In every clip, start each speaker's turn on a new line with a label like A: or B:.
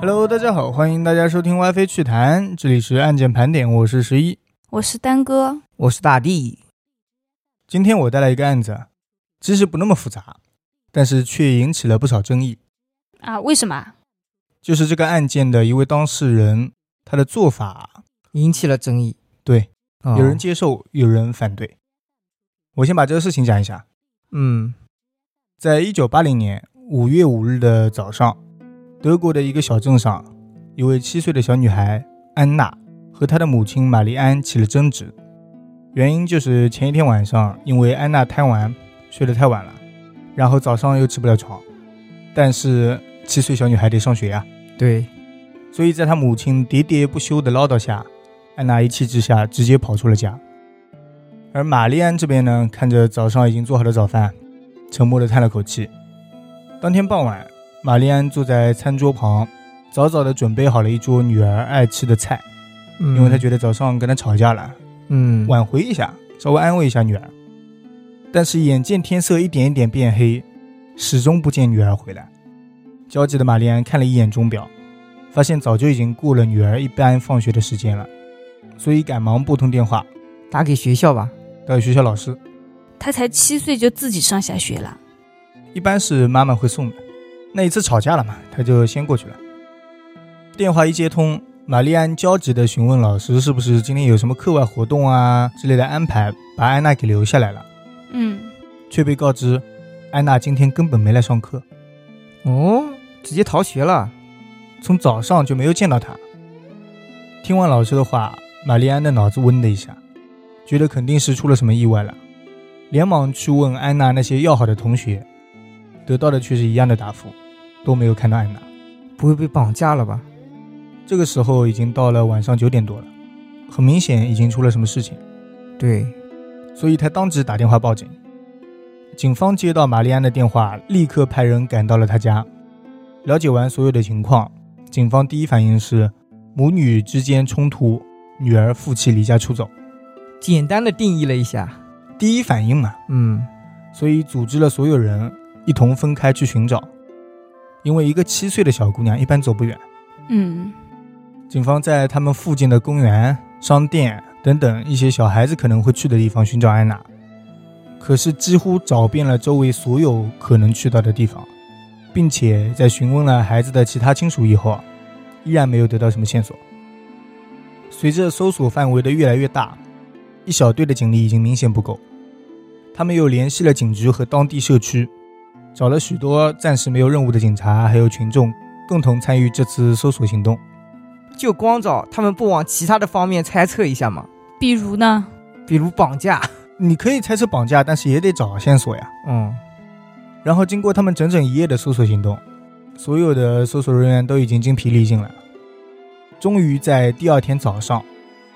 A: Hello，大家好，欢迎大家收听 WiFi 趣谈，这里是案件盘点，我是十一，
B: 我是丹哥，
C: 我是大地。
A: 今天我带来一个案子，其实不那么复杂，但是却引起了不少争议。
B: 啊，为什么？
A: 就是这个案件的一位当事人，他的做法，
C: 引起了争议。
A: 对，
C: 哦
A: 有人接受，有人反对。我先把这个事情讲一下。
C: 嗯
A: 在一九八零年五月五日的早上，德国的一个小镇上，一位七岁的小女孩安娜和她的母亲玛丽安起了争执，原因就是前一天晚上因为安娜贪玩睡得太晚了，然后早上又起不了床，但是七岁小女孩得上学啊呀、
C: 对，
A: 所以在她母亲喋喋不休的唠叨下，安娜一气之下直接跑出了家。而玛丽安这边呢，看着早上已经做好的早饭，沉默的叹了口气。当天傍晚，玛丽安坐在餐桌旁，早早的准备好了一桌女儿爱吃的菜，
C: 嗯
A: 因为她觉得早上跟她吵架了，
C: 嗯
A: 挽回一下，稍微安慰一下女儿。但是眼见天色一点一点变黑，始终不见女儿回来。焦急的玛丽安看了一眼钟表，发现早就已经过了女儿一般放学的时间了，所以赶忙拨通电话
C: 打给学校吧。
A: 到学校老师，
B: 他才七岁就自己上下学了，
A: 一般是妈妈会送的。那一次吵架了嘛，他就先过去了。电话一接通，玛丽安焦急地询问老师是不是今天有什么课外活动啊之类的安排，把安娜给留下来了。
B: 嗯，
A: 却被告知安娜今天根本没来上课，
C: 哦，直接逃学了。
A: 从早上就没有见到她。听完老师的话，玛丽安的脑子嗡的一下，觉得肯定是出了什么意外了，连忙去问安娜那些要好的同学，得到的却是一样的答复，都没有看到安娜。
C: 不会被绑架了吧？
A: 这个时候已经到了晚上九点多了，很明显已经出了什么事情，
C: 对，
A: 所以他当即打电话报警。警方接到玛丽安的电话，立刻派人赶到了她家，了解完所有的情况，警方第一反应是母女之间冲突，女儿负气离家出走，
C: 简单的定义了一下。
A: 第一反应嘛，
C: 嗯，
A: 所以组织了所有人一同分开去寻找，因为一个七岁的小姑娘一般走不远。
B: 嗯，
A: 警方在他们附近的公园、商店等等一些小孩子可能会去的地方寻找安娜，可是几乎找遍了周围所有可能去到的地方，并且在询问了孩子的其他亲属以后，依然没有得到什么线索。随着搜索范围的越来越大，一小队的警力已经明显不够，他们又联系了警局和当地社区，找了许多暂时没有任务的警察还有群众，共同参与这次搜索行动。
C: 就光找他们不往其他的方面猜测一下嘛，
B: 比如呢，
C: 比如绑架。
A: 你可以猜测绑架，但是也得找线索呀。
C: 嗯，
A: 然后经过他们整整一夜的搜索行动，所有的搜索人员都已经精疲力尽了。终于在第二天早上，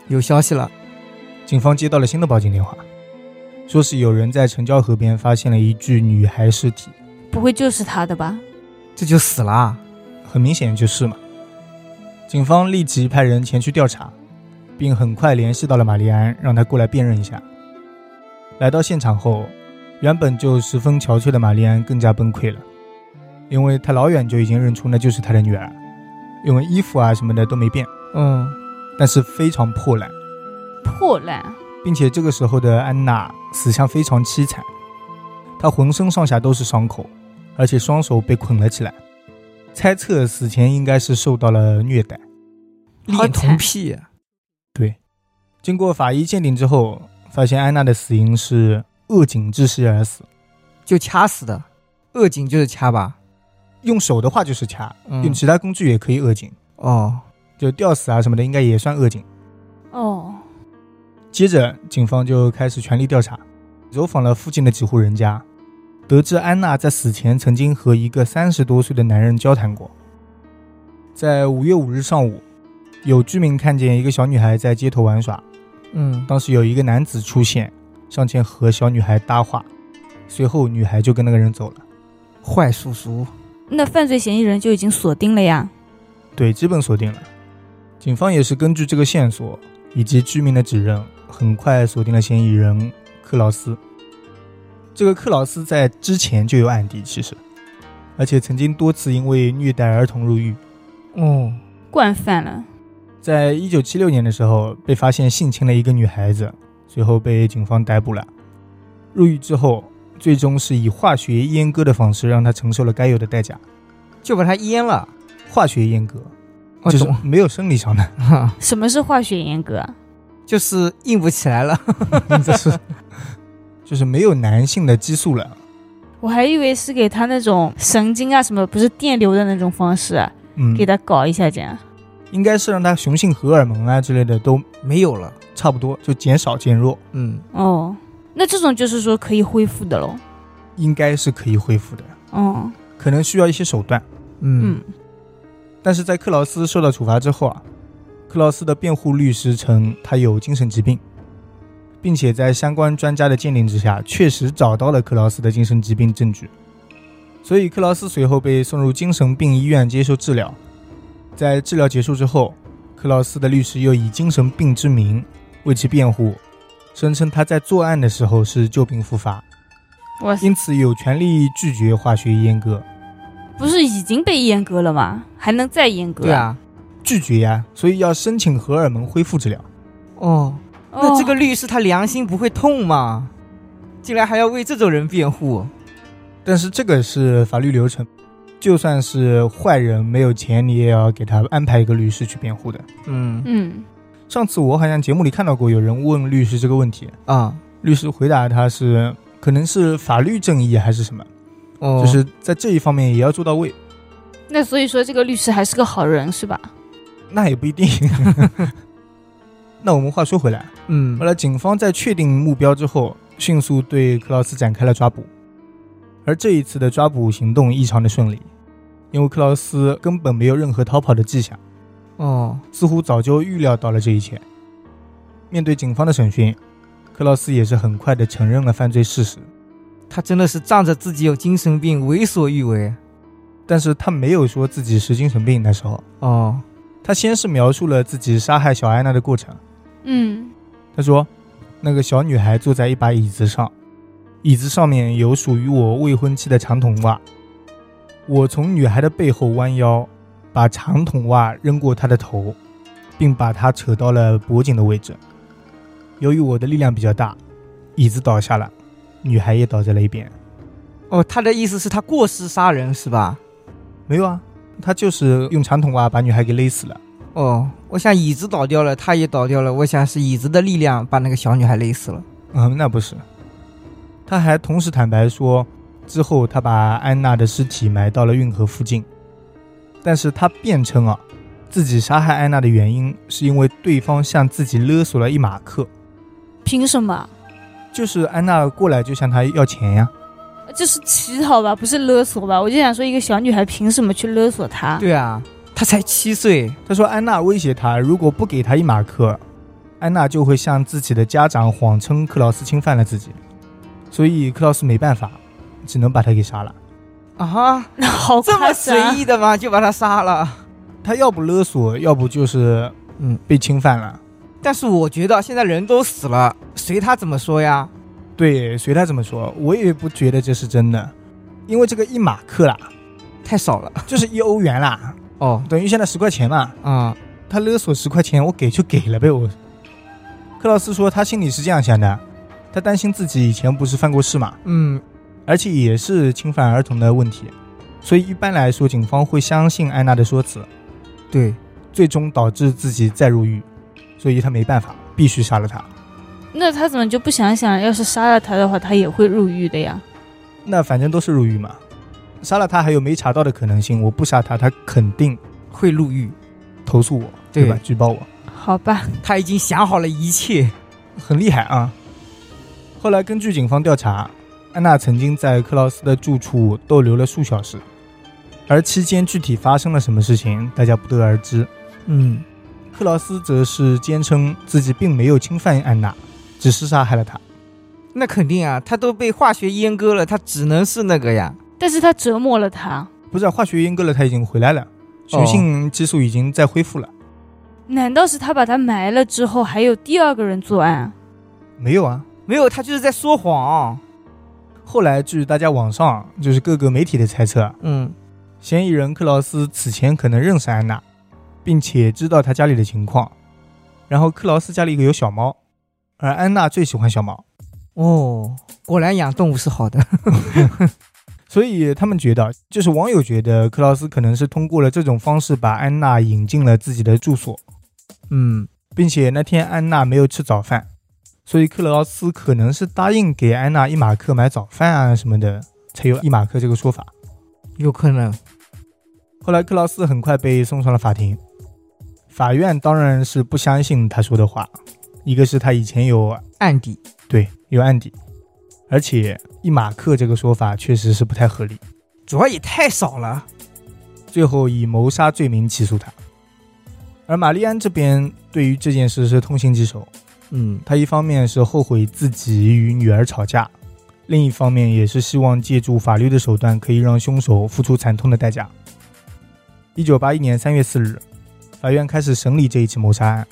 C: 有消息了。
A: 警方接到了新的报警电话，说是有人在城郊河边发现了一具女孩尸体，
B: 不会就是他的吧？
C: 这就死了啊。
A: 很明显就是嘛。警方立即派人前去调查，并很快联系到了玛丽安，让她过来辨认一下。来到现场后，原本就十分憔悴的玛丽安更加崩溃了，因为她老远就已经认出那就是她的女儿，因为衣服啊什么的都没变，
C: 嗯，
A: 但是非常破烂，
B: 破烂，
A: 并且这个时候的安娜死相非常凄惨，她浑身上下都是伤口，而且双手被捆了起来，猜测死前应该是受到了虐待。
B: 好
C: 恋童
B: 惨
C: 癖。
A: 经过法医鉴定之后，发现安娜的死因是扼颈窒息而死，
C: 就掐死的，扼颈就是掐吧。
A: 用手的话就是掐，
C: 嗯
A: 用其他工具也可以扼颈，
C: 哦，
A: 就吊死啊什么的，应该也算扼颈。
B: 哦，
A: 接着，警方就开始全力调查，走访了附近的几户人家，得知安娜在死前曾经和一个三十多岁的男人交谈过。在五月五日上午，有居民看见一个小女孩在街头玩耍，
C: 嗯，
A: 当时有一个男子出现，上前和小女孩搭话，随后女孩就跟那个人走了。
C: 坏叔叔。
B: 那犯罪嫌疑人就已经锁定了呀，
A: 对，基本锁定了。警方也是根据这个线索以及居民的指认，很快锁定了嫌疑人克劳斯。这个克劳斯在之前就有案底，其实，而且曾经多次因为虐待儿童入狱。
C: 哦，
B: 惯犯了。
A: 在一九七六年的时候，被发现性侵了一个女孩子，随后被警方逮捕了。入狱之后，最终是以化学阉割的方式让她承受了该有的代价。
C: 就把它阉了。
A: 化学阉割
C: 我
A: 就是
C: 懂，
A: 没有生理上的，
B: 什么是化学阉割啊？
C: 就是硬不起来了。
A: 就是 就是没有男性的激素了。
B: 我还以为是给他那种神经啊什么，不是电流的那种方式啊，
A: 嗯
B: 给，他搞一下这样。
A: 应该是让她雄性荷尔蒙啊之类的都
C: 没有了。
A: 差不多，就减少减弱，
C: 嗯，
B: 哦，那这种就是说可以恢复的喽。
A: 应该是可以恢复的，
B: 哦，
A: 可能需要一些手段。
C: 嗯
B: 嗯，
A: 但是在克劳斯受到处罚之后啊，克劳斯的辩护律师称他有精神疾病，并且在相关专家的鉴定之下，确实找到了克劳斯的精神疾病证据。所以克劳斯随后被送入精神病医院接受治疗。在治疗结束之后，克劳斯的律师又以精神病之名为其辩护，声称他在作案的时候是旧病复发，
B: 哇塞，
A: 因此有权利拒绝化学阉割。
B: 不是已经被阉割了吗？还能再阉割？
C: 对，啊。
A: 拒绝呀、所以要申请荷尔蒙恢复治疗。
C: 哦，
B: 哦、
C: 那这个律师他良心不会痛吗？竟然还要为这种人辩护？
A: 但是这个是法律流程，就算是坏人没有钱，你也要给他安排一个律师去辩护的。
C: 嗯
B: 嗯，
A: 上次我好像节目里看到过有人问律师这个问题，
C: 啊，
A: 律师回答他是可能是法律正义还是什么，
C: 哦，
A: 就是在这一方面也要做到位。
B: 那所以说这个律师还是个好人是吧？
A: 那也不一定。 那我们话说回来，
C: 嗯
A: 后，来警方在确定目标之后，迅速对克劳斯展开了抓捕。而这一次的抓捕行动异常的顺利，因为克劳斯根本没有任何逃跑的迹象。
C: 哦，
A: 似乎早就预料到了这一切。面对警方的审讯，克劳斯也是很快的承认了犯罪事实，
C: 他真的是仗着自己有精神病为所欲为。
A: 但是他没有说自己是精神病。那时候，
C: 哦，
A: 他先是描述了自己杀害小安娜的过程。
B: 嗯，
A: 他说，那个小女孩坐在一把椅子上，椅子上面有属于我未婚妻的长筒袜。我从女孩的背后弯腰，把长筒袜扔过她的头，并把她扯到了脖颈的位置。由于我的力量比较大，椅子倒下了，女孩也倒在了一边。
C: 哦，他的意思是他过失杀人是吧？
A: 没有啊，他就是用长筒袜把女孩给勒死了。
C: 哦，我想椅子倒掉了，他也倒掉了。我想是椅子的力量把那个小女孩勒死了。
A: 嗯，那不是。他还同时坦白说，之后他把安娜的尸体埋到了运河附近，但是他辩称啊，自己杀害安娜的原因是因为对方向自己勒索了一马克，
B: 凭什么？
A: 就是安娜过来就向他要钱呀。
B: 这是乞讨吧，不是勒索吧？我就想说，一个小女孩凭什么去勒索他？
C: 对啊，他才七岁。
A: 他说安娜威胁他，如果不给他一马克，安娜就会向自己的家长谎称克劳斯侵犯了自己，所以克劳斯没办法，只能把他给杀了。
C: 啊哈，
B: 好
C: 这么
B: 夸张啊
C: 随意的吗？就把他杀了？
A: 他要不勒索，要不就是
C: 嗯，
A: 被侵犯了。
C: 但是我觉得现在人都死了，随他怎么说呀？
A: 对，随他怎么说，我也不觉得这是真的，因为这个一马克啦，
C: 太少了。
A: 就是一欧元啦，
C: 哦，
A: 等于现在十块钱嘛。
C: 啊、
A: 他勒索十块钱，我给就给了呗。我，克劳斯说他心里是这样想的，他担心自己以前不是犯过事嘛，
C: 嗯，
A: 而且也是侵犯儿童的问题，所以一般来说，警方会相信安娜的说辞，
C: 对，
A: 最终导致自己再入狱，所以他没办法，必须杀了他。
B: 那他怎么就不想想，要是杀了他的话，他也会入狱的呀？
A: 那反正都是入狱嘛，杀了他还有没查到的可能性，我不杀他，他肯定
C: 会入狱。
A: 投诉我，
C: 对
A: 吧？举报我，
B: 好吧，
C: 他已经想好了一切。
A: 很厉害啊。后来根据警方调查，安娜曾经在克劳斯的住处逗留了数小时，而期间具体发生了什么事情，大家不得而知。
C: 嗯，
A: 克劳斯则是坚称自己并没有侵犯安娜，只是杀害了她。
C: 那肯定啊，他都被化学阉割了，他只能是那个呀。
B: 但是他折磨了他，
A: 不是化学阉割了，她已经回来了，雄性激素已经在恢复了。
B: 难道是他把他埋了之后，还有第二个人作案？
A: 没有啊。
C: 没有，他就是在说谎。
A: 后来据大家网上就是各个媒体的猜测，啊
C: 嗯，
A: 嫌疑人克劳斯此前可能认识安娜，并且知道他家里的情况。然后克劳斯家里有小猫，而安娜最喜欢小猫，
C: 哦，果然养动物是好的。
A: 所以他们觉得，就是网友觉得克劳斯可能是通过了这种方式把安娜引进了自己的住所，
C: 嗯，
A: 并且那天安娜没有吃早饭，所以克劳斯可能是答应给安娜一马克买早饭啊什么的，才有一马克这个说法。
C: 有可能。
A: 后来克劳斯很快被送上了法庭，法院当然是不相信他说的话，一个是他以前有
C: 案底，
A: 对有案底，而且一马克这个说法确实是不太合理，
C: 主要也太少了。
A: 最后以谋杀罪名起诉他。而玛丽安这边对于这件事是痛心疾首，
C: 嗯，
A: 她一方面是后悔自己与女儿吵架，另一方面也是希望借助法律的手段可以让凶手付出惨痛的代价。一九八一年三月四日，法院开始审理这一起谋杀案。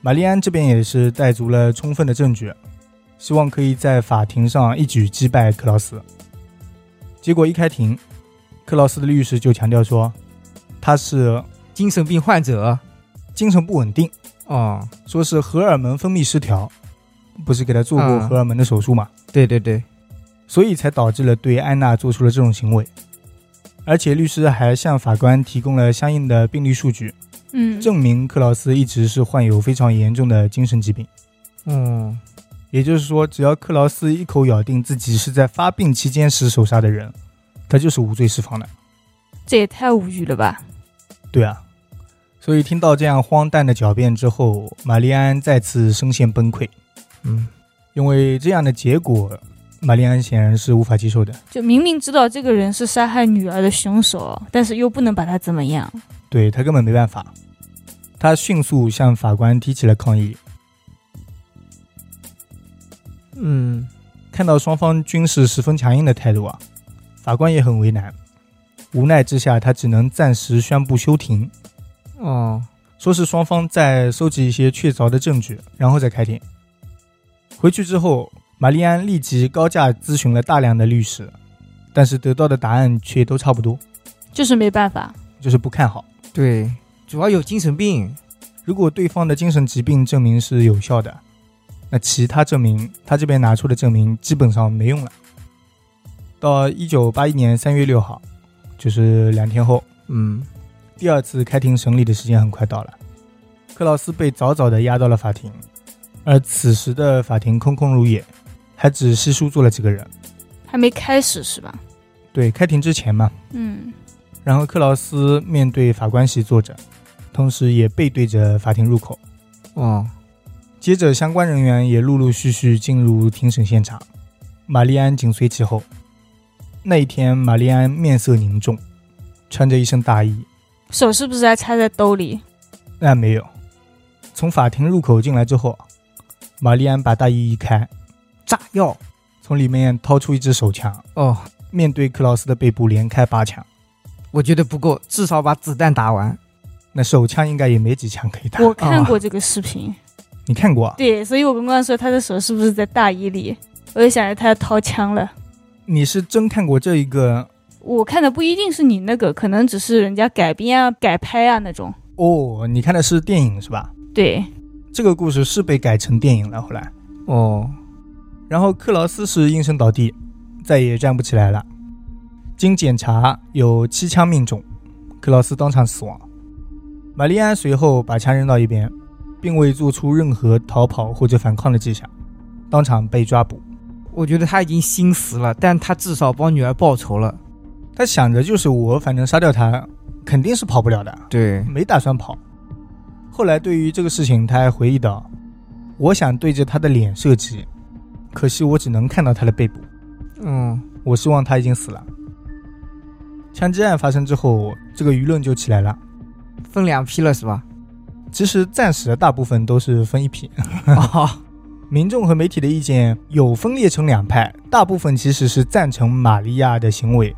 A: 玛丽安这边也是带足了充分的证据，希望可以在法庭上一举击败克劳斯。结果一开庭，克劳斯的律师就强调说，他是
C: 精神病患者。
A: 精神不稳定，
C: 哦，
A: 说是荷尔蒙分泌失调，不是给他做过
C: 嗯
A: 荷尔蒙的手术嘛，
C: 对对对，
A: 所以才导致了对安娜做出了这种行为。而且律师还向法官提供了相应的病例数据，
B: 嗯，
A: 证明克劳斯一直是患有非常严重的精神疾病。
C: 嗯，
A: 也就是说，只要克劳斯一口咬定自己是在发病期间时手杀的人，他就是无罪释放的。
B: 这也太无语了吧？
A: 对啊，所以听到这样荒诞的狡辩之后，玛丽安再次深陷崩溃，
C: 嗯，
A: 因为这样的结果，玛丽安显然是无法接受的。
B: 就明明知道这个人是杀害女儿的凶手，但是又不能把他怎么样。
A: 对他根本没办法。他迅速向法官提起了抗议。
C: 嗯，
A: 看到双方均是十分强硬的态度啊，法官也很为难。无奈之下，他只能暂时宣布休庭，
C: 哦，
A: 说是双方再收集一些确凿的证据，然后再开庭。回去之后，玛丽安立即高价咨询了大量的律师，但是得到的答案却都差不多，
B: 就是没办法，
A: 就是不看好。
C: 对，主要有精神病。
A: 如果对方的精神疾病证明是有效的，那其他证明他这边拿出的证明基本上没用了。到一九八一年三月六号，就是两天后，
C: 嗯，
A: 第二次开庭审理的时间很快到了，克劳斯被早早的押到了法庭，而此时的法庭空空如也，还只稀疏坐了几个人。
B: 还没开始是吧？
A: 对，开庭之前嘛，
B: 嗯，
A: 然后克劳斯面对法官席坐着，同时也背对着法庭入口。
C: 哦，
A: 接着，相关人员也陆陆续续进入庭审现场，玛丽安紧随其后。那一天，玛丽安面色凝重，穿着一身大衣。
B: 手是不是还插在兜里？
A: 那没有，从法庭入口进来之后，玛丽安把大衣一开，
C: 炸药。
A: 从里面掏出一支手枪，
C: 哦，
A: 面对克劳斯的背部连开八枪。
C: 我觉得不够，至少把子弹打完。
A: 那手枪应该也没几枪可以打。哦
B: 我看过这个视频，
A: 你看过啊？
B: 对，所以我刚刚说他的手是不是在大衣里？我就想着他要掏枪了。
A: 你是真看过这一个
B: 我看的不一定是你那个，可能只是人家改编啊、改拍啊那种。
A: 哦？你看的是电影是吧？
B: 对，
A: 这个故事是被改成电影了，后来。
C: 哦，
A: 然后克劳斯是应声倒地，再也站不起来了。经检查，有七枪命中，克劳斯当场死亡。玛丽安随后把枪扔到一边，并未做出任何逃跑或者反抗的迹象，当场被抓捕。
C: 我觉得他已经心死了，但他至少帮女儿报仇了。
A: 他想着就是我反正杀掉他，肯定是跑不了的，
C: 对，
A: 没打算跑。后来对于这个事情，他还回忆道：“我想对着他的脸射击，可惜我只能看到他的背部。”
C: 嗯，
A: 我希望他已经死了。枪击案发生之后，这个舆论就起来了。
C: 分两批了是吧？
A: 其实暂时大部分都是分一批，
C: 哦，
A: 民众和媒体的意见有分裂成两派，大部分其实是赞成玛利亚的行为，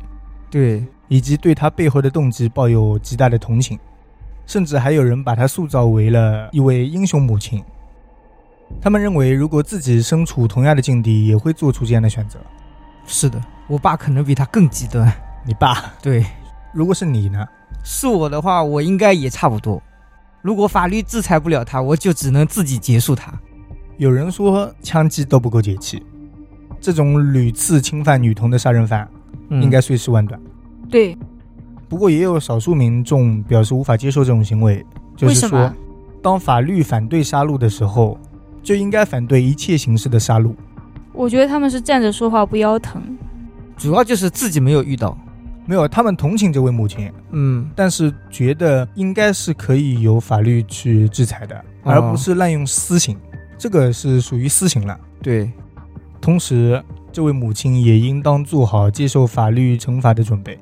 C: 对，
A: 以及对她背后的动机抱有极大的同情，甚至还有人把她塑造为了一位英雄母亲。他们认为，如果自己身处同样的境地，也会做出这样的选择。
C: 是的，我爸可能比他更极端。
A: 你爸，
C: 对，
A: 如果是你呢？
C: 是我的话，我应该也差不多。如果法律制裁不了他，我就只能自己结束他。
A: 有人说枪击都不够解气，这种屡次侵犯女童的杀人犯
C: 嗯
A: 应该碎尸万段。
B: 对，
A: 不过也有少数民众表示无法接受这种行为，就
B: 为
A: 是
B: 什
A: 说
B: 么，？
A: 当法律反对杀戮的时候，就应该反对一切形式的杀戮。
B: 我觉得他们是站着说话不腰疼。
C: 主要就是自己没有遇到。
A: 没有，他们同情这位母亲，
C: 嗯，
A: 但是觉得应该是可以由法律去制裁的，
C: 哦
A: 而不是滥用私刑，这个是属于私刑了。
C: 对，
A: 同时，这位母亲也应当做好接受法律惩罚的准备。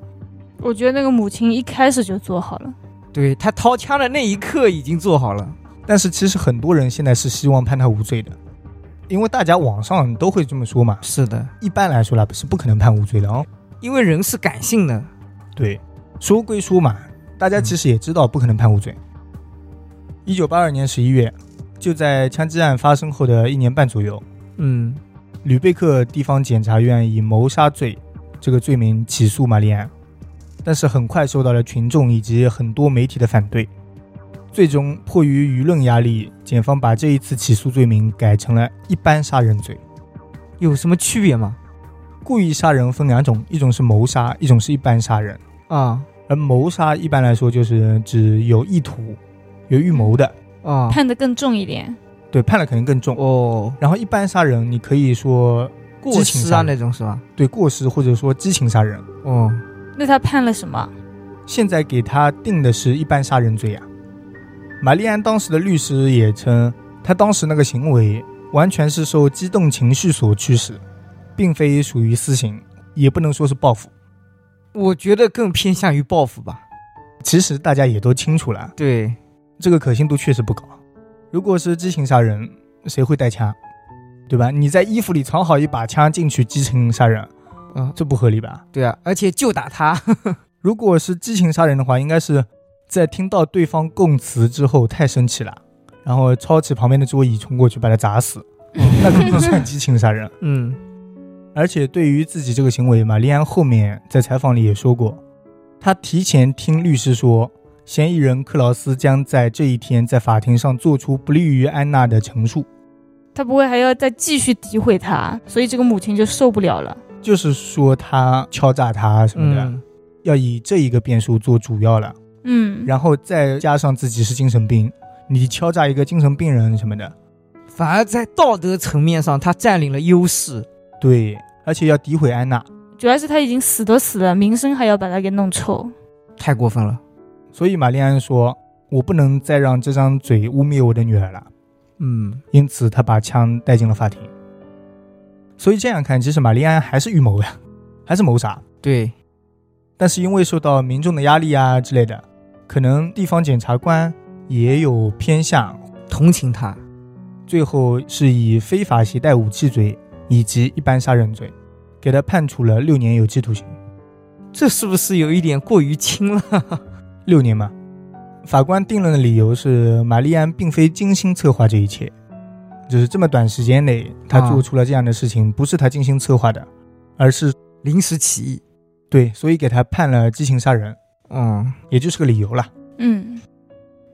B: 我觉得那个母亲一开始就做好了，
A: 哦
C: 对他掏枪的那一刻已经做好了。
A: 但是，其实很多人现在是希望判他无罪的，因为大家网上都会这么说嘛。
C: 是的，
A: 一般来说啦，是不可能判无罪的哦。
C: 因为人是感性的。
A: 对，说归说嘛，大家其实也知道不可能判无罪。一九八二年十一月，就在枪击案发生后的一年半左右，
C: 嗯，
A: 吕贝克地方检察院以谋杀罪这个罪名起诉玛丽安，但是很快受到了群众以及很多媒体的反对，最终迫于舆论压力，检方把这一次起诉罪名改成了一般杀人罪。
C: 有什么区别吗？
A: 故意杀人分两种，一种是谋杀，一种是一般杀人。
C: 啊
A: 而谋杀一般来说就是指有意图、有预谋的，
C: 啊
B: 判得更重一点。
A: 对，判了肯定更重。
C: 哦，
A: 然后一般杀人，你可以说
C: 过
A: 激情
C: 失
A: 杀
C: 啊
A: 人
C: 那种是吧？
A: 对过失或者说激情杀人。
C: 哦，
B: 那他判了什么？
A: 现在给他定的是一般杀人罪啊。玛丽安当时的律师也称，他当时那个行为完全是受激动情绪所驱使，并非属于私刑，也不能说是报复。
C: 我觉得更偏向于报复吧。
A: 其实大家也都清楚了，
C: 对，
A: 这个可信度确实不高。如果是激情杀人，谁会带枪？对吧？你在衣服里藏好一把枪进去激情杀人，
C: 嗯，
A: 这不合理吧？
C: 对啊，而且就打他。
A: 如果是激情杀人的话，应该是在听到对方供词之后太生气了，然后抄起旁边的桌椅冲过去把他砸死， 那肯定 算激情杀人。
C: 嗯，
A: 而且对于自己这个行为，玛丽安后面在采访里也说过，她提前听律师说，嫌疑人克劳斯将在这一天在法庭上做出不利于安娜的陈述，
B: 他不会还要再继续诋毁他，所以这个母亲就受不了了。
A: 就是说他敲诈他什么的，
C: 嗯，
A: 要以这一个辩数做主要了，
B: 嗯，
A: 然后再加上自己是精神病，你敲诈一个精神病人什么的，
C: 反而在道德层面上，他占领了优势。
A: 对，而且要诋毁安娜，
B: 主要是他已经死都死了，名声还要把他给弄臭。
C: 太过分了。
A: 所以玛丽安说，我不能再让这张嘴污蔑我的女儿了。
C: 嗯，
A: 因此他把枪带进了法庭。所以这样看，其实玛丽安还是预谋呀，还是谋杀，
C: 对，
A: 但是因为受到民众的压力啊之类的，可能地方检察官也有偏向，
C: 同情他。
A: 最后是以非法携带武器罪以及一般杀人罪，给他判处了六年有期徒刑，
C: 这是不是有一点过于轻了？
A: 六年嘛。法官定论的理由是，玛丽安并非精心策划这一切，就是这么短时间内，他
C: 啊
A: 做出了这样的事情，不是他精心策划的，而是
C: 临时起意。
A: 对，所以给他判了激情杀人，
C: 嗯，
A: 也就是个理由了。
B: 嗯，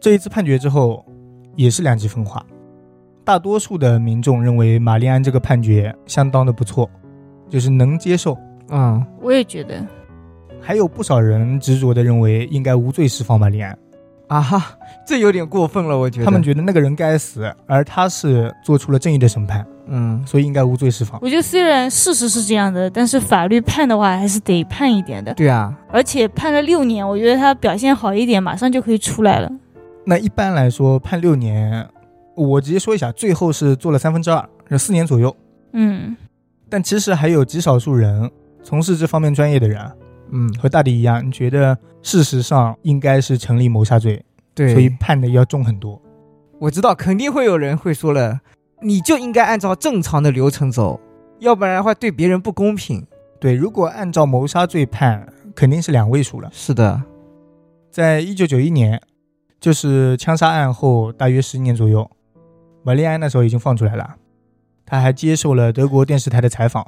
A: 这一次判决之后，也是两极分化，大多数的民众认为玛丽安这个判决相当的不错，就是能接受；
C: 嗯，
B: 我也觉得，
A: 还有不少人执着的认为应该无罪释放玛丽安，
C: 啊哈，这有点过分了，我觉得。
A: 他们觉得那个人该死，而他是做出了正义的审判，
C: 嗯，
A: 所以应该无罪释放。
B: 我觉得虽然事实是这样的，但是法律判的话还是得判一点的。
C: 对啊，
B: 而且判了六年，我觉得他表现好一点，马上就可以出来了。
A: 那一般来说判六年，我直接说一下，最后是做了三分之二，是四年左右。
B: 嗯，
A: 但其实还有极少数人从事这方面专业的人啊，
C: 嗯，
A: 和大迪一样，觉得事实上应该是成立谋杀罪，
C: 对。
A: 所以判的要重很多。
C: 我知道肯定会有人会说了，你就应该按照正常的流程走，要不然的话对别人不公平。
A: 对，如果按照谋杀罪判，肯定是两位数了。
C: 是的，
A: 在一九九一年，就是枪杀案后大约十年左右，玛丽安那时候已经放出来了，他还接受了德国电视台的采访，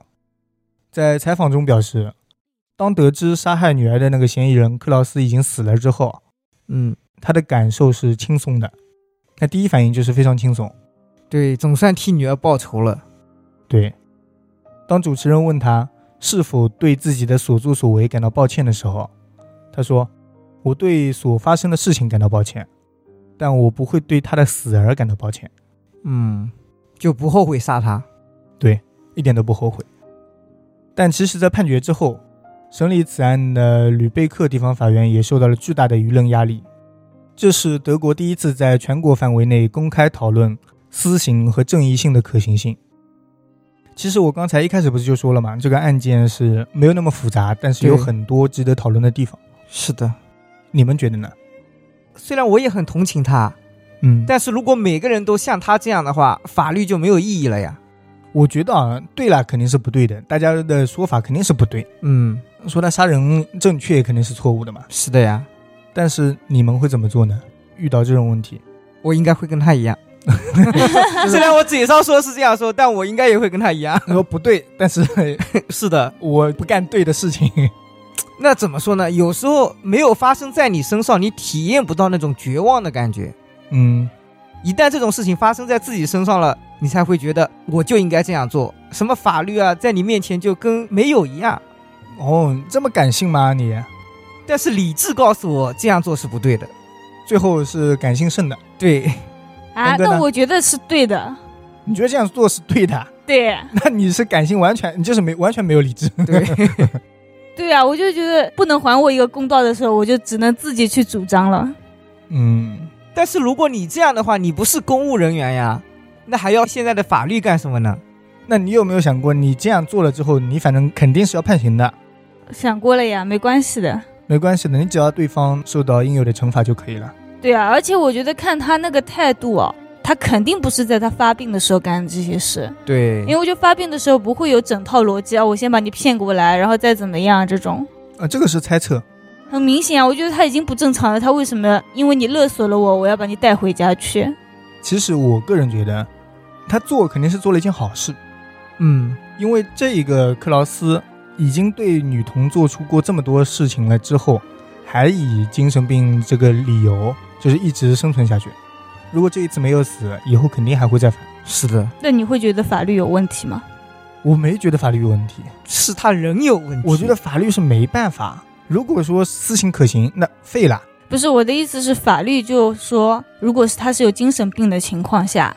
A: 在采访中表示，当得知杀害女儿的那个嫌疑人克劳斯已经死了之后，
C: 嗯，
A: 他的感受是轻松的，他第一反应就是非常轻松。
C: 对，总算替女儿报仇了。
A: 对，当主持人问他是否对自己的所作所为感到抱歉的时候，他说：“我对所发生的事情感到抱歉，但我不会对他的死而感到抱歉，
C: 嗯，就不后悔杀他。
A: 一点都不后悔。”但其实，在判决之后，审理此案的吕贝克地方法院也受到了巨大的舆论压力。这是德国第一次在全国范围内公开讨论私刑和正义性的可行性。其实我刚才一开始不是就说了嘛，这个案件是没有那么复杂，但是有
C: 对
A: 很多值得讨论的地方。
C: 是的，
A: 你们觉得呢？
C: 虽然我也很同情他，
A: 嗯，
C: 但是如果每个人都像他这样的话，法律就没有意义了呀。
A: 我觉得啊，对啦，肯定是不对的，大家的说法肯定是不对，
C: 嗯，
A: 说他杀人正确肯定是错误的嘛。
C: 是的呀，
A: 但是你们会怎么做呢？遇到这种问题，
C: 我应该会跟他一样。 虽然我嘴上说是这样说，但我应该也会跟他一样。
A: 说不对，但是
C: 是的，
A: 我不干对的事情。
C: 那怎么说呢？有时候没有发生在你身上，你体验不到那种绝望的感觉。
A: 嗯，
C: 一旦这种事情发生在自己身上了，你才会觉得我就应该这样做。什么法律啊，在你面前就跟没有一样。
A: 哦，你这么感性吗？你
C: 但是理智告诉我这样做是不对的。
A: 最后是感性胜的，
C: 对，
B: 啊，
A: 能对呢
B: 那我觉得是对的，
A: 你觉得这样做是对的，
B: 对
A: 那你是感性完全，你就是没完全没有理智。
C: 对，
B: 对啊，我就觉得不能还我一个公道的时候，我就只能自己去主张了。
A: 嗯，
C: 但是如果你这样的话，你不是公务人员呀，那还要现在的法律干什么呢？
A: 那你有没有想过，你这样做了之后，你反正肯定是要判刑的，
B: 想过了呀，没关系的。
A: 没关系的，你只要对方受到应有的惩罚就可以了。
B: 对啊，而且我觉得看他那个态度哦，他肯定不是在他发病的时候干的这些事，
C: 对
B: 因为我觉得发病的时候不会有整套逻辑啊，我先把你骗过来，然后再怎么样这种。
A: 啊，这个是猜测。
B: 很明显啊，我觉得他已经不正常了。他为什么因为你勒索了我，我要把你带回家去？
A: 其实我个人觉得，他做肯定是做了一件好事，
C: 嗯，
A: 因为这一个克劳斯已经对女童做出过这么多事情了之后，还以精神病这个理由，就是一直生存下去。如果这一次没有死，以后肯定还会再犯。
C: 是的，
B: 那你会觉得法律有问题吗？
A: 我没觉得法律有问题，
C: 是他人有问题。
A: 我觉得法律是没办法。如果说私刑可行，那废了。
B: 不是我的意思是，法律就说，如果是他是有精神病的情况下，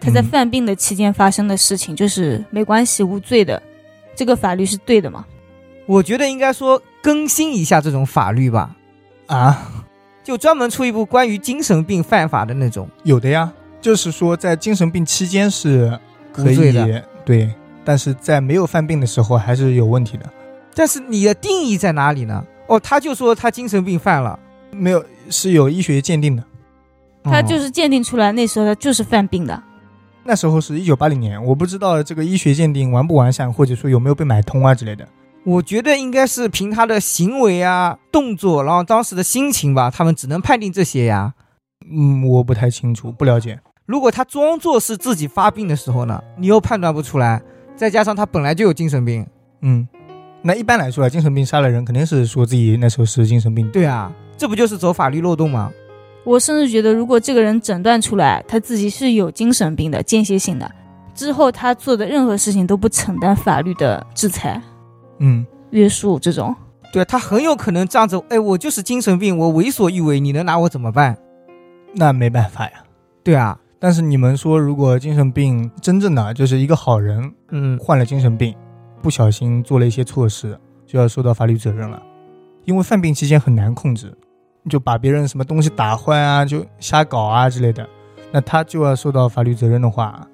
B: 他在
A: 嗯
B: 犯病的期间发生的事情，就是没关系无罪的，这个法律是对的嘛？
C: 我觉得应该说更新一下这种法律吧，
A: 啊，
C: 就专门出一部关于精神病犯法的那种。
A: 有的呀，就是说在精神病期间是可
C: 无罪
A: 以
C: 的
A: 对，但是在没有犯病的时候还是有问题的。
C: 但是你的定义在哪里呢？哦，他就说他精神病犯了，
A: 没有是有医学鉴定的，
B: 他
C: 哦
B: 就是鉴定出来那时候他就是犯病的。
A: 那时候是一九八零年，我不知道这个医学鉴定完不完善，或者说有没有被买通啊之类的。
C: 我觉得应该是凭他的行为啊、动作，然后当时的心情吧，他们只能判定这些呀。
A: 嗯，我不太清楚，不了解。
C: 如果他装作是自己发病的时候呢，你又判断不出来，再加上他本来就有精神病，
A: 嗯，那一般来说啊，精神病杀了人肯定是说自己那时候是精神病。
C: 对啊，这不就是走法律漏洞吗？
B: 我甚至觉得，如果这个人诊断出来他自己是有精神病的、间歇性的，之后他做的任何事情都不承担法律的制裁、
A: 嗯，
B: 约束这种。
C: 对啊，他很有可能仗着，哎，我就是精神病，我为所欲为，你能拿我怎么办？
A: 那没办法呀。
C: 对啊，
A: 但是你们说，如果精神病真正的啊就是一个好人
C: 嗯，
A: 患了精神病，不小心做了一些错事，就要受到法律责任了，因为犯病期间很难控制，就把别人什么东西打坏啊，就瞎搞啊之类的，那他就要受到法律责任的话，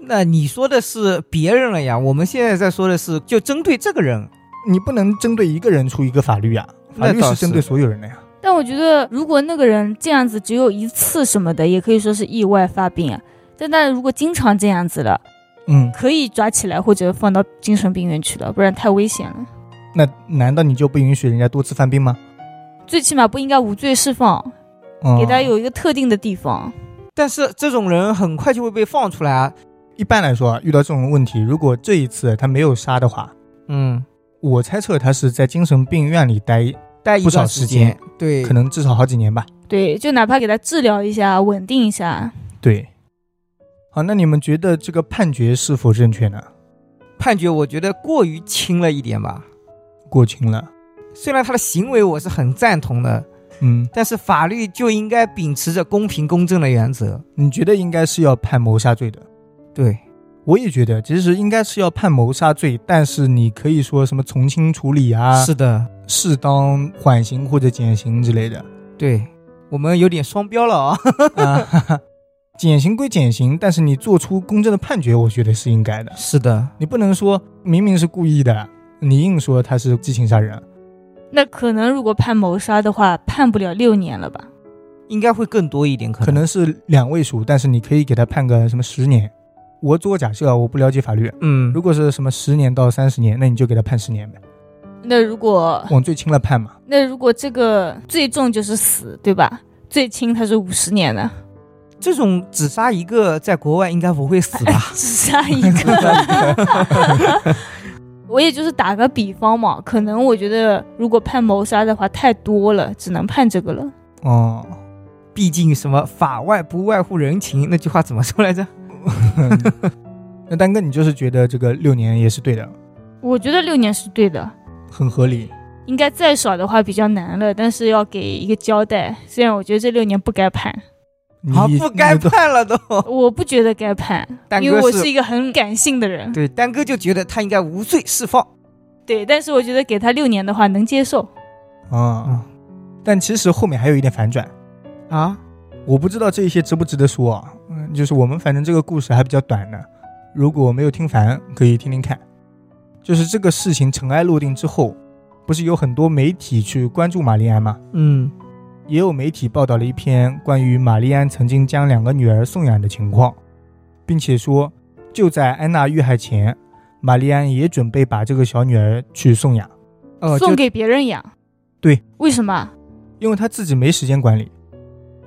C: 那你说的是别人了呀，我们现在在说的是就针对这个人，
A: 你不能针对一个人出一个法律啊，法律
C: 那倒
A: 是
C: 是
A: 针对所有人的呀。
B: 但我觉得，如果那个人这样子只有一次什么的，也可以说是意外发病啊。但他如果经常这样子了，
A: 嗯，
B: 可以抓起来或者放到精神病院去了，不然太危险了。
A: 那难道你就不允许人家多次犯病吗？
B: 最起码不应该无罪释放，
A: 嗯、
B: 给他有一个特定的地方。
C: 但是这种人很快就会被放出来啊，
A: 一般来说啊，遇到这种问题，如果这一次他没有杀的话，
C: 嗯，
A: 我猜测他是在精神病院里待，
C: 待一
A: 不少
C: 段
A: 时
C: 时间，对，
A: 可能至少好几年吧。
B: 对，就哪怕给他治疗一下，稳定一下，
A: 对，好，那你们觉得这个判决是否正确呢？
C: 判决我觉得过于轻了一点吧。
A: 过轻了，
C: 虽然他的行为我是很赞同的，
A: 嗯，
C: 但是法律就应该秉持着公平公正的原则。
A: 你觉得应该是要判谋杀罪的？
C: 对，
A: 我也觉得，其实应该是要判谋杀罪，但是你可以说什么从轻处理啊，
C: 是的，
A: 适当缓刑或者减刑之类的
C: 对我们有点双标了啊、
A: 啊。哈哈减刑归减刑，但是你做出公正的判决，我觉得是应该的。
C: 是的，
A: 你不能说明明是故意的，你硬说他是激情杀人。
B: 那可能如果判谋杀的话，判不了六年了吧？
C: 应该会更多一点，可
A: 可能是两位数，但是你可以给他判个什么十年。我做假设啊，我不了解法律。
C: 嗯
A: 如，果是什么十年到三十年，那你就给他判十年呗，
B: 那如果
C: 哎
A: 往最轻了判嘛。
B: 那如果这个最重就是死，对吧？最轻他是五十年的，
C: 这种只杀一个，在国外应该不会死吧？
B: 只杀一个。 我也就是打个比方嘛，可能我觉得如果判谋杀的话太多了，只能判这个了。
A: 哦，
C: 毕竟什么法外不外乎人情那句话怎么说来着？
A: 那丹哥，你就是觉得这个六年也是对的，
B: 我觉得六年是对的，
A: 很合理。
B: 应该再少的话比较难了，但是要给一个交代。虽然我觉得这六年不该判，
A: 你
C: 好，不该
A: 你都
C: 判 了都。
B: 我不觉得该判，
C: 丹
B: 因为
C: 哥
B: 我是一个很感性的人。
C: 对丹哥就觉得他应该无罪释放。
B: 对，但是我觉得给他六年的话能接受。
A: 啊、
C: 嗯
A: 但其实后面还有一点反转，
C: 啊，
A: 我不知道这一些值不值得说啊。嗯，就是我们反正这个故事还比较短呢，如果没有听烦，可以听听看。就是这个事情尘埃落定之后，不是有很多媒体去关注玛丽安吗？
C: 嗯，
A: 也有媒体报道了一篇关于玛丽安曾经将两个女儿送养的情况，并且说，就在安娜遇害前，玛丽安也准备把这个小女儿去送养，
C: 哦，
B: 送
C: 就
B: 给别人养。
A: 对，
B: 为什么？
A: 因为她自己没时间管理。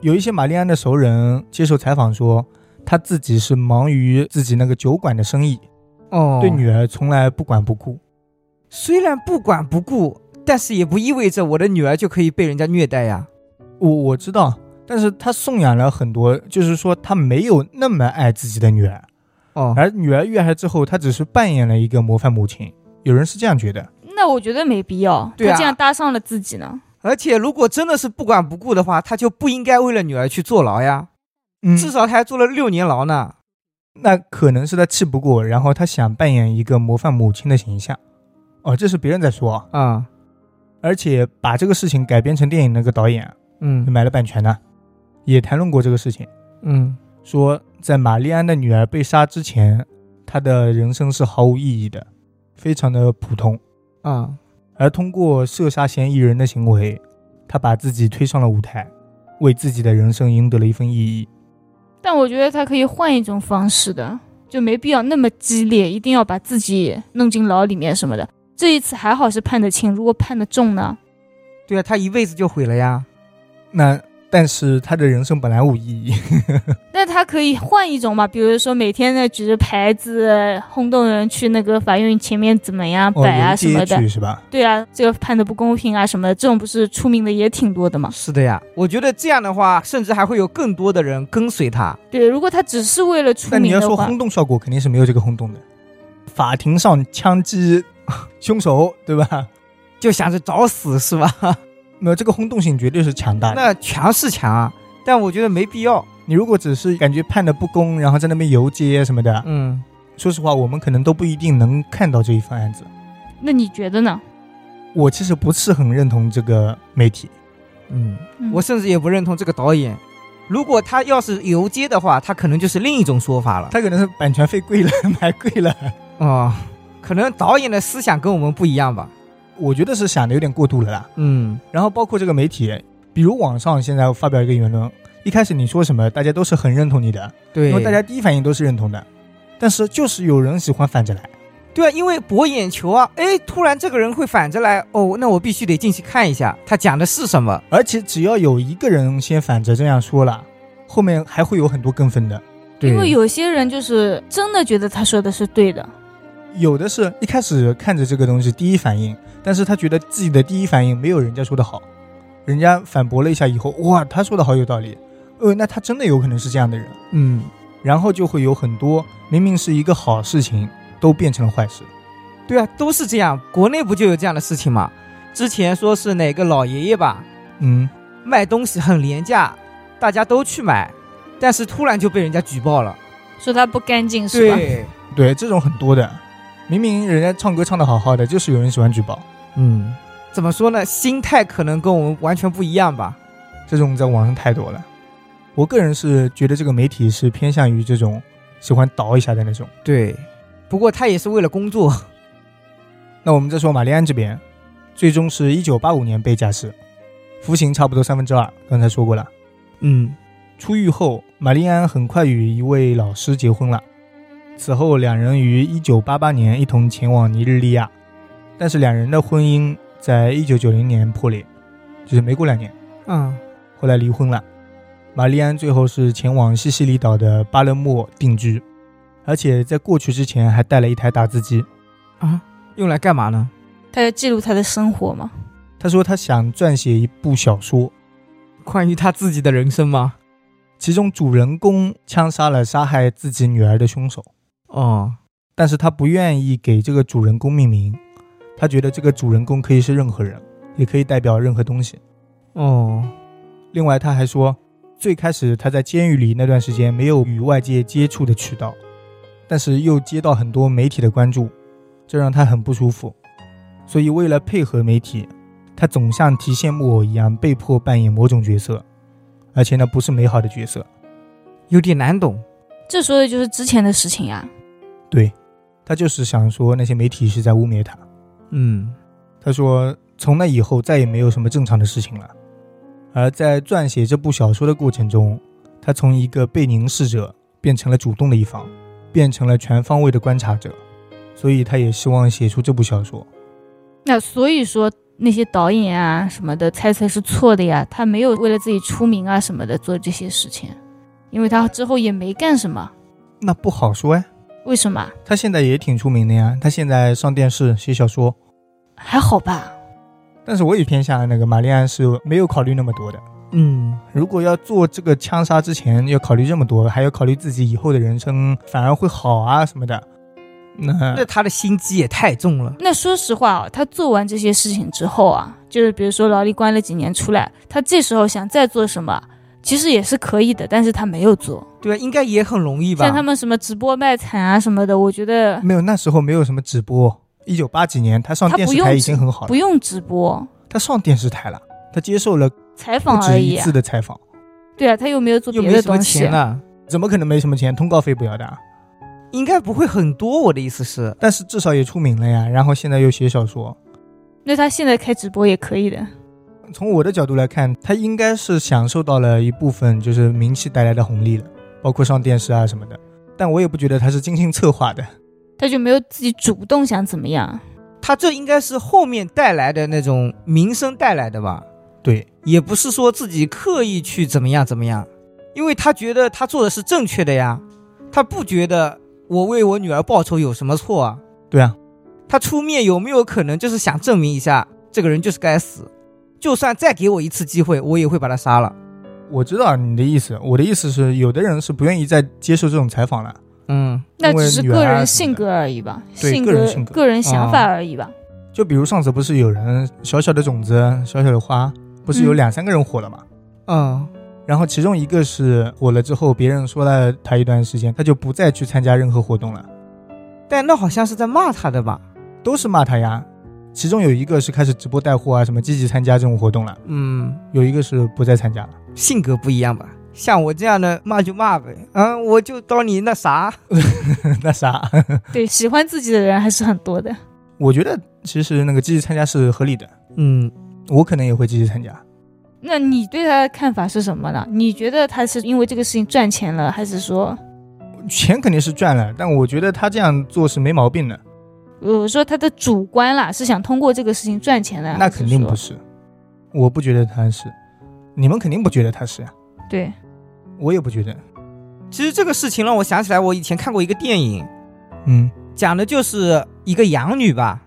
A: 有一些玛丽安的熟人接受采访说，她自己是忙于自己那个酒馆的生意，
C: 哦，
A: 对女儿从来不管不顾。
C: 虽然不管不顾，但是也不意味着我的女儿就可以被人家虐待呀。
A: 我我知道，但是她送养了很多，就是说她没有那么爱自己的女儿。
C: 哦，
A: 而女儿遇害之后，她只是扮演了一个模范母亲。有人是这样觉得，
B: 那我觉得没必要，
C: 对啊
B: 他这样搭上了自己呢。
C: 而且如果真的是不管不顾的话，他就不应该为了女儿去坐牢呀，
A: 嗯
C: 至少他还坐了六年牢呢。
A: 那可能是她气不过，然后她想扮演一个模范母亲的形象。哦，这是别人在说啊，
C: 啊，
A: 而且把这个事情改编成电影那个导演
C: 嗯
A: 买了版权呢，也谈论过这个事情，
C: 嗯，
A: 说在玛丽安的女儿被杀之前，她的人生是毫无意义的，非常的普通。
C: 啊，
A: 而通过射杀嫌疑人的行为，她把自己推上了舞台，为自己的人生赢得了一份意义。
B: 但我觉得他可以换一种方式的，就没必要那么激烈，一定要把自己弄进牢里面什么的。这一次还好是判得轻，如果判得重呢？
C: 对啊，他一辈子就毁了呀。
A: 那但是他的人生本来无意 义，
B: 那他可以换一种嘛，比如说每天呢举着牌子轰动人去那个法院前面怎么样
A: 哦，
B: 摆啊
A: 有
B: 什么
A: 街
B: 的。
A: 区是吧？
B: 对啊，这个判的不公平啊什么的，这种不是出名的也挺多的嘛。
C: 是的呀，我觉得这样的话，甚至还会有更多的人跟随他。
B: 对，如果他只是为了出
A: 但你
B: 名
A: 要
B: 的
A: 说
B: 话，
A: 轰动效果，肯定是没有这个轰动的。法庭上枪击 凶手，对吧？
C: 就想着找死是吧？
A: 没有这个轰动性绝对是强大的。
C: 那强是强啊，但我觉得没必要。
A: 你如果只是感觉判的不公，然后在那边游街什么的，
C: 嗯，
A: 说实话，我们可能都不一定能看到这一份案子。
B: 那你觉得呢？
A: 我其实不是很认同这个媒体，
C: 嗯，
B: 嗯
C: 我甚至也不认同这个导演。如果他要是游街的话，他可能就是另一种说法了。
A: 他可能是版权费贵了， 买贵了。
C: 哦，可能导演的思想跟我们不一样吧。
A: 我觉得是想的有点过度了啦。
C: 嗯，
A: 然后包括这个媒体，比如网上现在发表一个言论，一开始你说什么，大家都是很认同你的，
C: 对，
A: 因为大家第一反应都是认同的，但是就是有人喜欢反着来，
C: 对啊，因为博眼球啊，哎，突然这个人会反着来，哦，那我必须得进去看一下他讲的是什么。
A: 而且只要有一个人先反着这样说了，后面还会有很多跟风的，
B: 因为有些人就是真的觉得他说的是对的，
A: 有的是一开始看着这个东西第一反应，但是他觉得自己的第一反应没有人家说的好，人家反驳了一下以后，哇，他说的好有道理，呃，那他真的有可能是这样的人。
C: 嗯，
A: 然后就会有很多明明是一个好事情，都变成了坏事。
C: 对啊，都是这样。国内不就有这样的事情吗？之前说是哪个老爷爷吧，
A: 嗯，
C: 卖东西很廉价，大家都去买，但是突然就被人家举报了。
B: 说他不干净是吧？
C: 对，
A: 对，这种很多的，明明人家唱歌唱的好好的，就是有人喜欢举报。
C: 嗯，怎么说呢？心态可能跟我们完全不一样吧。
A: 这种在网上太多了。我个人是觉得这个媒体是偏向于这种喜欢倒一下的那种。
C: 对，不过他也是为了工作。
A: 那我们再说玛丽安这边，最终是一九八五年被假释，服刑差不多三分之二，刚才说过了。
C: 嗯，
A: 出狱后，玛丽安很快与一位老师结婚了。此后，两人于一九八八年一同前往尼日利亚，但是两人的婚姻在一九九零年破裂，就是没过两年。
C: 嗯，
A: 后来离婚了。玛丽安最后是前往西西里岛的巴勒莫定居，而且在过去之前还带了一台打字机。
C: 啊，用来干嘛呢？
B: 他要记录他的生活嘛。
A: 他说他想撰写一部小说，
C: 关于他自己的人生吗？
A: 其中主人公枪杀了杀害自己女儿的凶手，
C: 哦，
A: 但是他不愿意给这个主人公命名，他觉得这个主人公可以是任何人，也可以代表任何东西。
C: 哦，
A: 另外，他还说，最开始他在监狱里那段时间没有与外界接触的渠道，但是又接到很多媒体的关注，这让他很不舒服。所以，为了配合媒体，他总像提线木偶一样被迫扮演某种角色，而且呢，不是美好的角色。
C: 有点难懂。
B: 这说的就是之前的事情啊呀、
A: 对，他就是想说那些媒体是在污蔑他。
C: 嗯，
A: 他说，从那以后再也没有什么正常的事情了。而在撰写这部小说的过程中，他从一个被凝视者变成了主动的一方，变成了全方位的观察者，所以他也希望写出这部小说。
B: 那所以说那些导演啊什么的猜测是错的呀，他没有为了自己出名啊什么的做这些事情，因为他之后也没干什么。
A: 那不好说呀，
B: 为什么？
A: 他现在也挺出名的呀，他现在上电视写小说。
B: 还好吧。
A: 但是我也偏向那个玛丽安是没有考虑那么多的。
C: 嗯，
A: 如果要做这个枪杀之前要考虑这么多，还要考虑自己以后的人生反而会好啊什么的，那
C: 那他的心机也太重了。
B: 那说实话哦，他做完这些事情之后啊，就是比如说劳力关了几年出来，他这时候想再做什么，其实也是可以的，但是他没有做。
C: 对啊，应该也很容易吧？
B: 像他们什么直播卖惨啊什么的，我觉得
A: 没有，那时候没有什么直播。一九八几年，他上
B: 他
A: 电
B: 不
A: 视
B: 用
A: 台已
B: 直
A: 经很好
B: 不
A: 了。
B: 用直播
A: 他上电视台了，他接受了
B: 采
A: 不
B: 访而
A: 止
B: 已
A: 一
B: 啊、
A: 次的采访，
B: 对啊，他又没有做
C: 又
B: 别
C: 没
B: 的
C: 什么
B: 东西啊
C: 钱。啊了，
A: 怎么可能没什么钱？通告费不要的啊，
C: 应该不会很多。我的意思是，
A: 但是至少也出名了呀。然后现在又写小说，
B: 那他现在开直播也可以的。
A: 从我的角度来看，他应该是享受到了一部分就是名气带来的红利了，包括上电视啊什么的。但我也不觉得他是精心策划的。
B: 他就没有自己主动想怎么样，
C: 他这应该是后面带来的那种名声带来的吧？
A: 对，
C: 也不是说自己刻意去怎么样怎么样，因为他觉得他做的是正确的呀，他不觉得我为我女儿报仇有什么错啊？
A: 对啊，
C: 他出面有没有可能就是想证明一下，这个人就是该死，就算再给我一次机会，我也会把他杀了。
A: 我知道你的意思。我的意思是，有的人是不愿意再接受这种采访了。
C: 嗯，
B: 那
A: 因为
B: 只是
A: 女儿
B: 个
A: 啊什么
B: 人
A: 的
B: 性格而已吧，
A: 对
B: 性
A: 个人
B: 格
A: 性格
B: 个人想法
C: 啊
B: 而已吧。
A: 就比如上次不是有人小小的种子、小小的花，不是有
B: 嗯
A: 两三个人火了嘛？
C: 嗯，
A: 然后其中一个是火了之后，别人说了他一段时间，他就不再去参加任何活动了，
C: 但那好像是在骂他的吧？
A: 都是骂他呀。其中有一个是开始直播带货啊，什么积极参加这种活动了，
C: 嗯，
A: 有一个是不再参加了。
C: 性格不一样吧？像我这样的骂就骂呗，嗯，我就当你那啥，
A: 那啥，
B: 对，喜欢自己的人还是很多的。
A: 我觉得其实那个积极参加是合理的，
C: 嗯，
A: 我可能也会积极参加。
B: 那你对他的看法是什么呢？你觉得他是因为这个事情赚钱了，还是说，
A: 钱肯定是赚了，但我觉得他这样做是没毛病的，
B: 我呃说他的主观啦，是想通过这个事情赚钱的？
A: 那肯定不
B: 是
A: 是，我不觉得他是，你们肯定不觉得他是呀，
B: 说。对，
A: 我也不觉得，
C: 其实这个事情让我想起来，我以前看过一个电影，
A: 嗯
C: 讲的就是一个养女吧，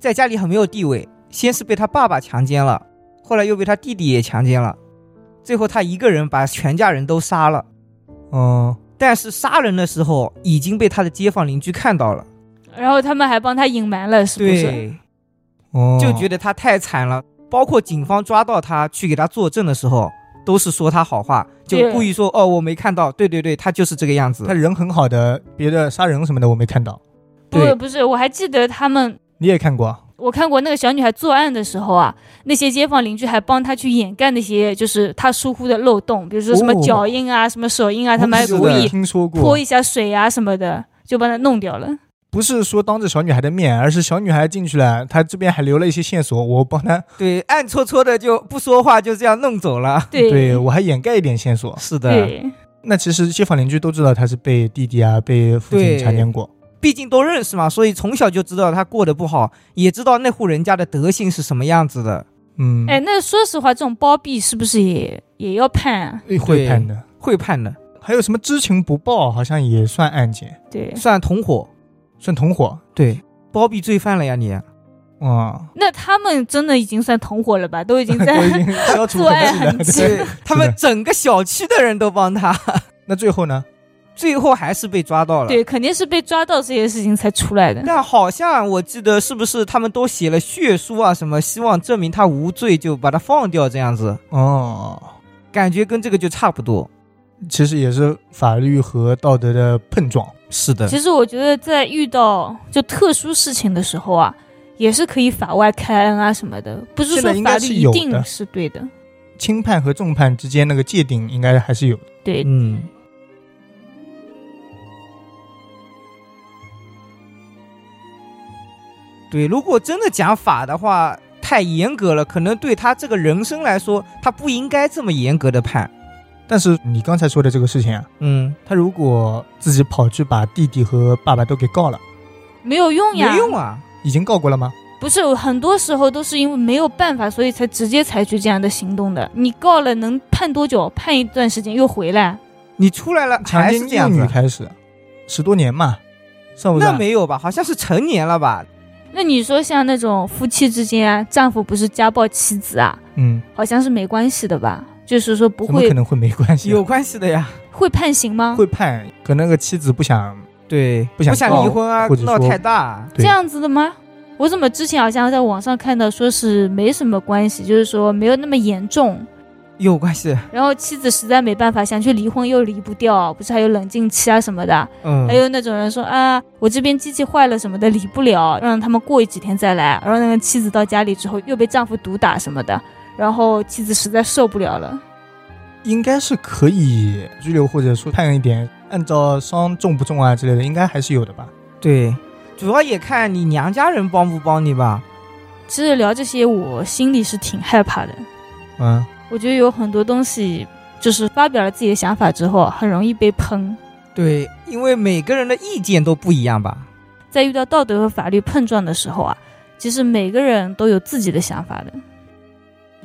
C: 在家里很没有地位，先是被她爸爸强奸了，后来又被他弟弟也强奸了，最后他一个人把全家人都杀了。
A: 嗯，
C: 但是杀人的时候已经被他的街坊邻居看到了，
B: 然后他们还帮他隐瞒了，是不是？
C: 对，
A: 哦，
C: 就觉
A: 得
C: 得他太惨了。包括警方抓到他去给他作证的时候，都是说他好话，就
B: 对
C: 故意说哦我没看到，对对对，他就是这个样子
A: 他。人很好的，别的杀人什么的我没看到，
C: 对
B: 不，不是，我还记得他们，
A: 你也看过啊？
B: 我看过那个小女孩作案的时候啊，那些街坊邻居还帮她去掩盖那些就是她疏忽的漏洞，比如说什么
A: 哦
B: 脚印啊、什么手印啊，他们还
A: 我记
C: 是
B: 故
A: 得
B: 意
A: 听说过
B: 泼，一下水啊什么的，就把它弄掉了。
A: 不是说当着小女孩的面，而是小女孩进去了，她这边还留了一些线索，我帮她，
C: 对，暗搓搓的就不说话，就这样弄走了。
B: 对
A: 我还掩盖一点线索。
C: 是的，
B: 对
A: 那其实街坊邻居都知道她是被弟弟啊，被父亲
C: 对
A: 强奸过。
C: 毕竟都认识嘛，所以从小就知道他过得不好，也知道那户人家的德性是什么样子的，
A: 嗯，
B: 哎，那说实话，这种包庇是不是也也要判啊？
A: 嗯会判的。
C: 会判的，
A: 还有什么知情不报，好像也算案件，
B: 对，
C: 算同伙。
A: 算同伙。
C: 对，包庇罪犯了呀你。
A: 啊、
B: 那他们真的已经算同伙了吧？都已经
A: 都已
B: 在
A: 经消 除
B: 作案
A: 痕
B: 痕
A: 迹
B: 迹
A: 了。对，
C: 他们整个小区的人都帮他，
A: 那最后呢？
C: 最后还是被抓到了。
B: 对，肯定是被抓到这些事情才出来 的。
C: 但好像我记得是不是他们都写了血书啊什么，希望证明他无罪，就把他放掉这样子，
A: 哦，
C: 感觉跟这个就差不多。
A: 其实也是法律和道德的碰撞。
C: 是的，
B: 其实我觉得，在遇到就特殊事情的时候啊，也是可以法外开恩啊什么的，不是
A: 现在
B: 说
A: 应该
B: 法律
A: 是
B: 一
A: 有的
B: 定是对的。
A: 轻判和重判之间那个界定应该还是有的。
B: 对，
C: 嗯。对，如果真的讲法的话，太严格了，可能对他这个人生来说，他不应该这么严格的判。
A: 但是你刚才说的这个事情啊，
C: 嗯，
A: 他如果自己跑去把弟弟和爸爸都给告了，
B: 没有用
C: 没
B: 呀，
C: 用啊。
A: 已经告过了吗？
B: 不是很多时候都是因为没有办法，所以才直接采取这样的行动的。你告了能判多久？判一段时间又回来，
C: 你出来了
A: 强
C: 还
A: 奸
C: 是这样
A: 幼女
C: 子？啊
A: 开始，十多年嘛，算不
C: 那
A: 算？
C: 没有吧？好像是成年了吧？
B: 那你说像那种夫妻之间啊，丈夫不是家暴妻子啊，
A: 嗯，
B: 好像是没关系的吧？就是说不
A: 怎么可
B: 会
A: 能会没关系啊？
C: 有关系的呀。
B: 会判刑吗？
A: 会判，可能那个妻子不想，
C: 对，
A: 不
C: 不
A: 想告
C: 离婚啊
A: 或者，
C: 闹
A: 说
C: 太大。
A: 对
B: 这样子的吗？我怎么之前好像在网上看到说是没什么关系，就是说没有那么严重。
C: 有关系，
B: 然后妻子实在没办法，想去离婚又离不掉，不是还有冷静期啊什么的。
C: 嗯，
B: 还有那种人说啊，我这边机器坏了什么的，离不了，让他们过几天再来。然后那个妻子到家里之后又被丈夫毒打什么的，然后妻子实在受不了了。
A: 应该是可以拘留或者说判一点，按照伤重不重啊之类的，应该还是有的吧？
C: 对，主要也看你娘家人帮不帮你吧。
B: 其实聊这些，我心里是挺害怕的。
A: 嗯，
B: 我觉得有很多东西，就是发表了自己的想法之后，很容易被喷。
C: 对，因为每个人的意见都不一样吧。
B: 在遇到道德和法律碰撞的时候啊，其实每个人都有自己的想法的。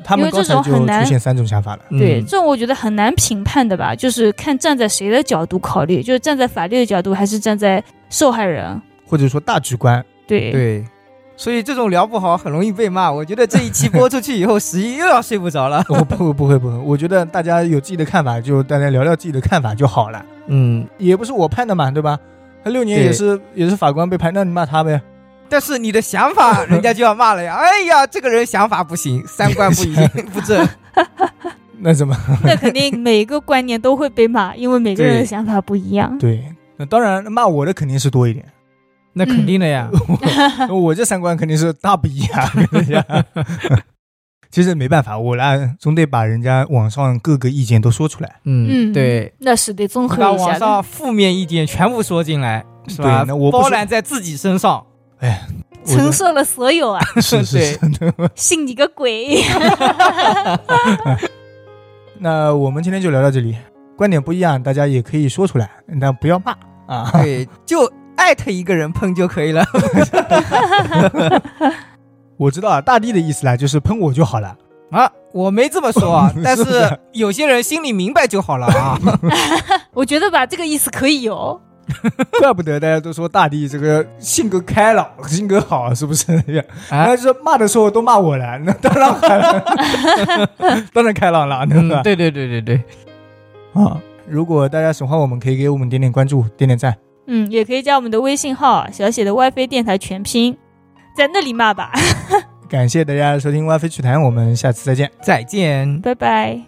A: 他们
B: 因为
A: 刚
B: 这
A: 才
B: 种
A: 就
B: 很难
A: 出现三种想法了。
B: 对，
C: 嗯
B: 这种我觉得很难评判的吧，就是看站在谁的角度考虑，就是站在法律的角度，还是站在受害人。
A: 或者说大局观，
B: 对，
C: 对，所以这种聊不好很容易被骂。我觉得这一期播出去以后， 十一又要睡不着了。
A: 我不不会不会，我觉得大家有自己的看法，就大家聊聊自己的看法就好了，
C: 嗯，
A: 也不是我判的嘛，对吧？他六年
C: 对
A: 也是也是法官被判，那你骂他呗，
C: 但是你的想 法，人家就要骂了呀。哎呀，这个人想法不行，三观 不一不正。
A: 那怎么？
B: 那肯定每个观念都会被骂，因为每个人的
C: 对
B: 想法不一样。
A: 对，那当然骂我的肯定是多一点，
C: 那
B: 肯定
C: 的呀。
A: 我这三观肯定是大不一样。 跟人家其实没办法，我来总得把人家网上各个意见都说出来，
C: 嗯，
B: 嗯
C: 对。
B: 那是得综合
C: 把
B: 一
C: 网
B: 下的。
C: 上负面意见全部说进来，是
A: 对
C: 吧？
A: 那我不
C: 包
A: 说
C: 揽在自己身上。
A: 我
B: 承
A: 觉
B: 受了所有啊，
A: 得是是是。
B: 信你个鬼！
A: 那我们今天就聊到这里，观点不一样，大家也可以说出来，但不要骂 啊。
C: 对，就艾特一个人喷就可以了。
A: 我知道啊，大地的意思啦，就是喷我就好了。
C: 啊，我没这么说啊
A: 是，
C: 但 是
A: 的
C: 有些人心里明白就好了啊。
B: 我觉得吧，这个意思可以有。
A: 怪不得大家都说大地这个性格开朗，性格好，是不 是？然后
C: 哎，
A: 就是骂的时候都骂我了，那当然开朗，当然开朗了， 对吧
C: 嗯，？对对对对对，
A: 啊，如果大家喜欢我们，可以给我们点点关注，点点赞。
B: 嗯，也可以加我们的微信号，小写的 WiFi 电台全拼，在那里骂吧，
A: 感谢大家收听 WiFi 趣谈，我们下次再见。
C: 再见。
B: 拜拜。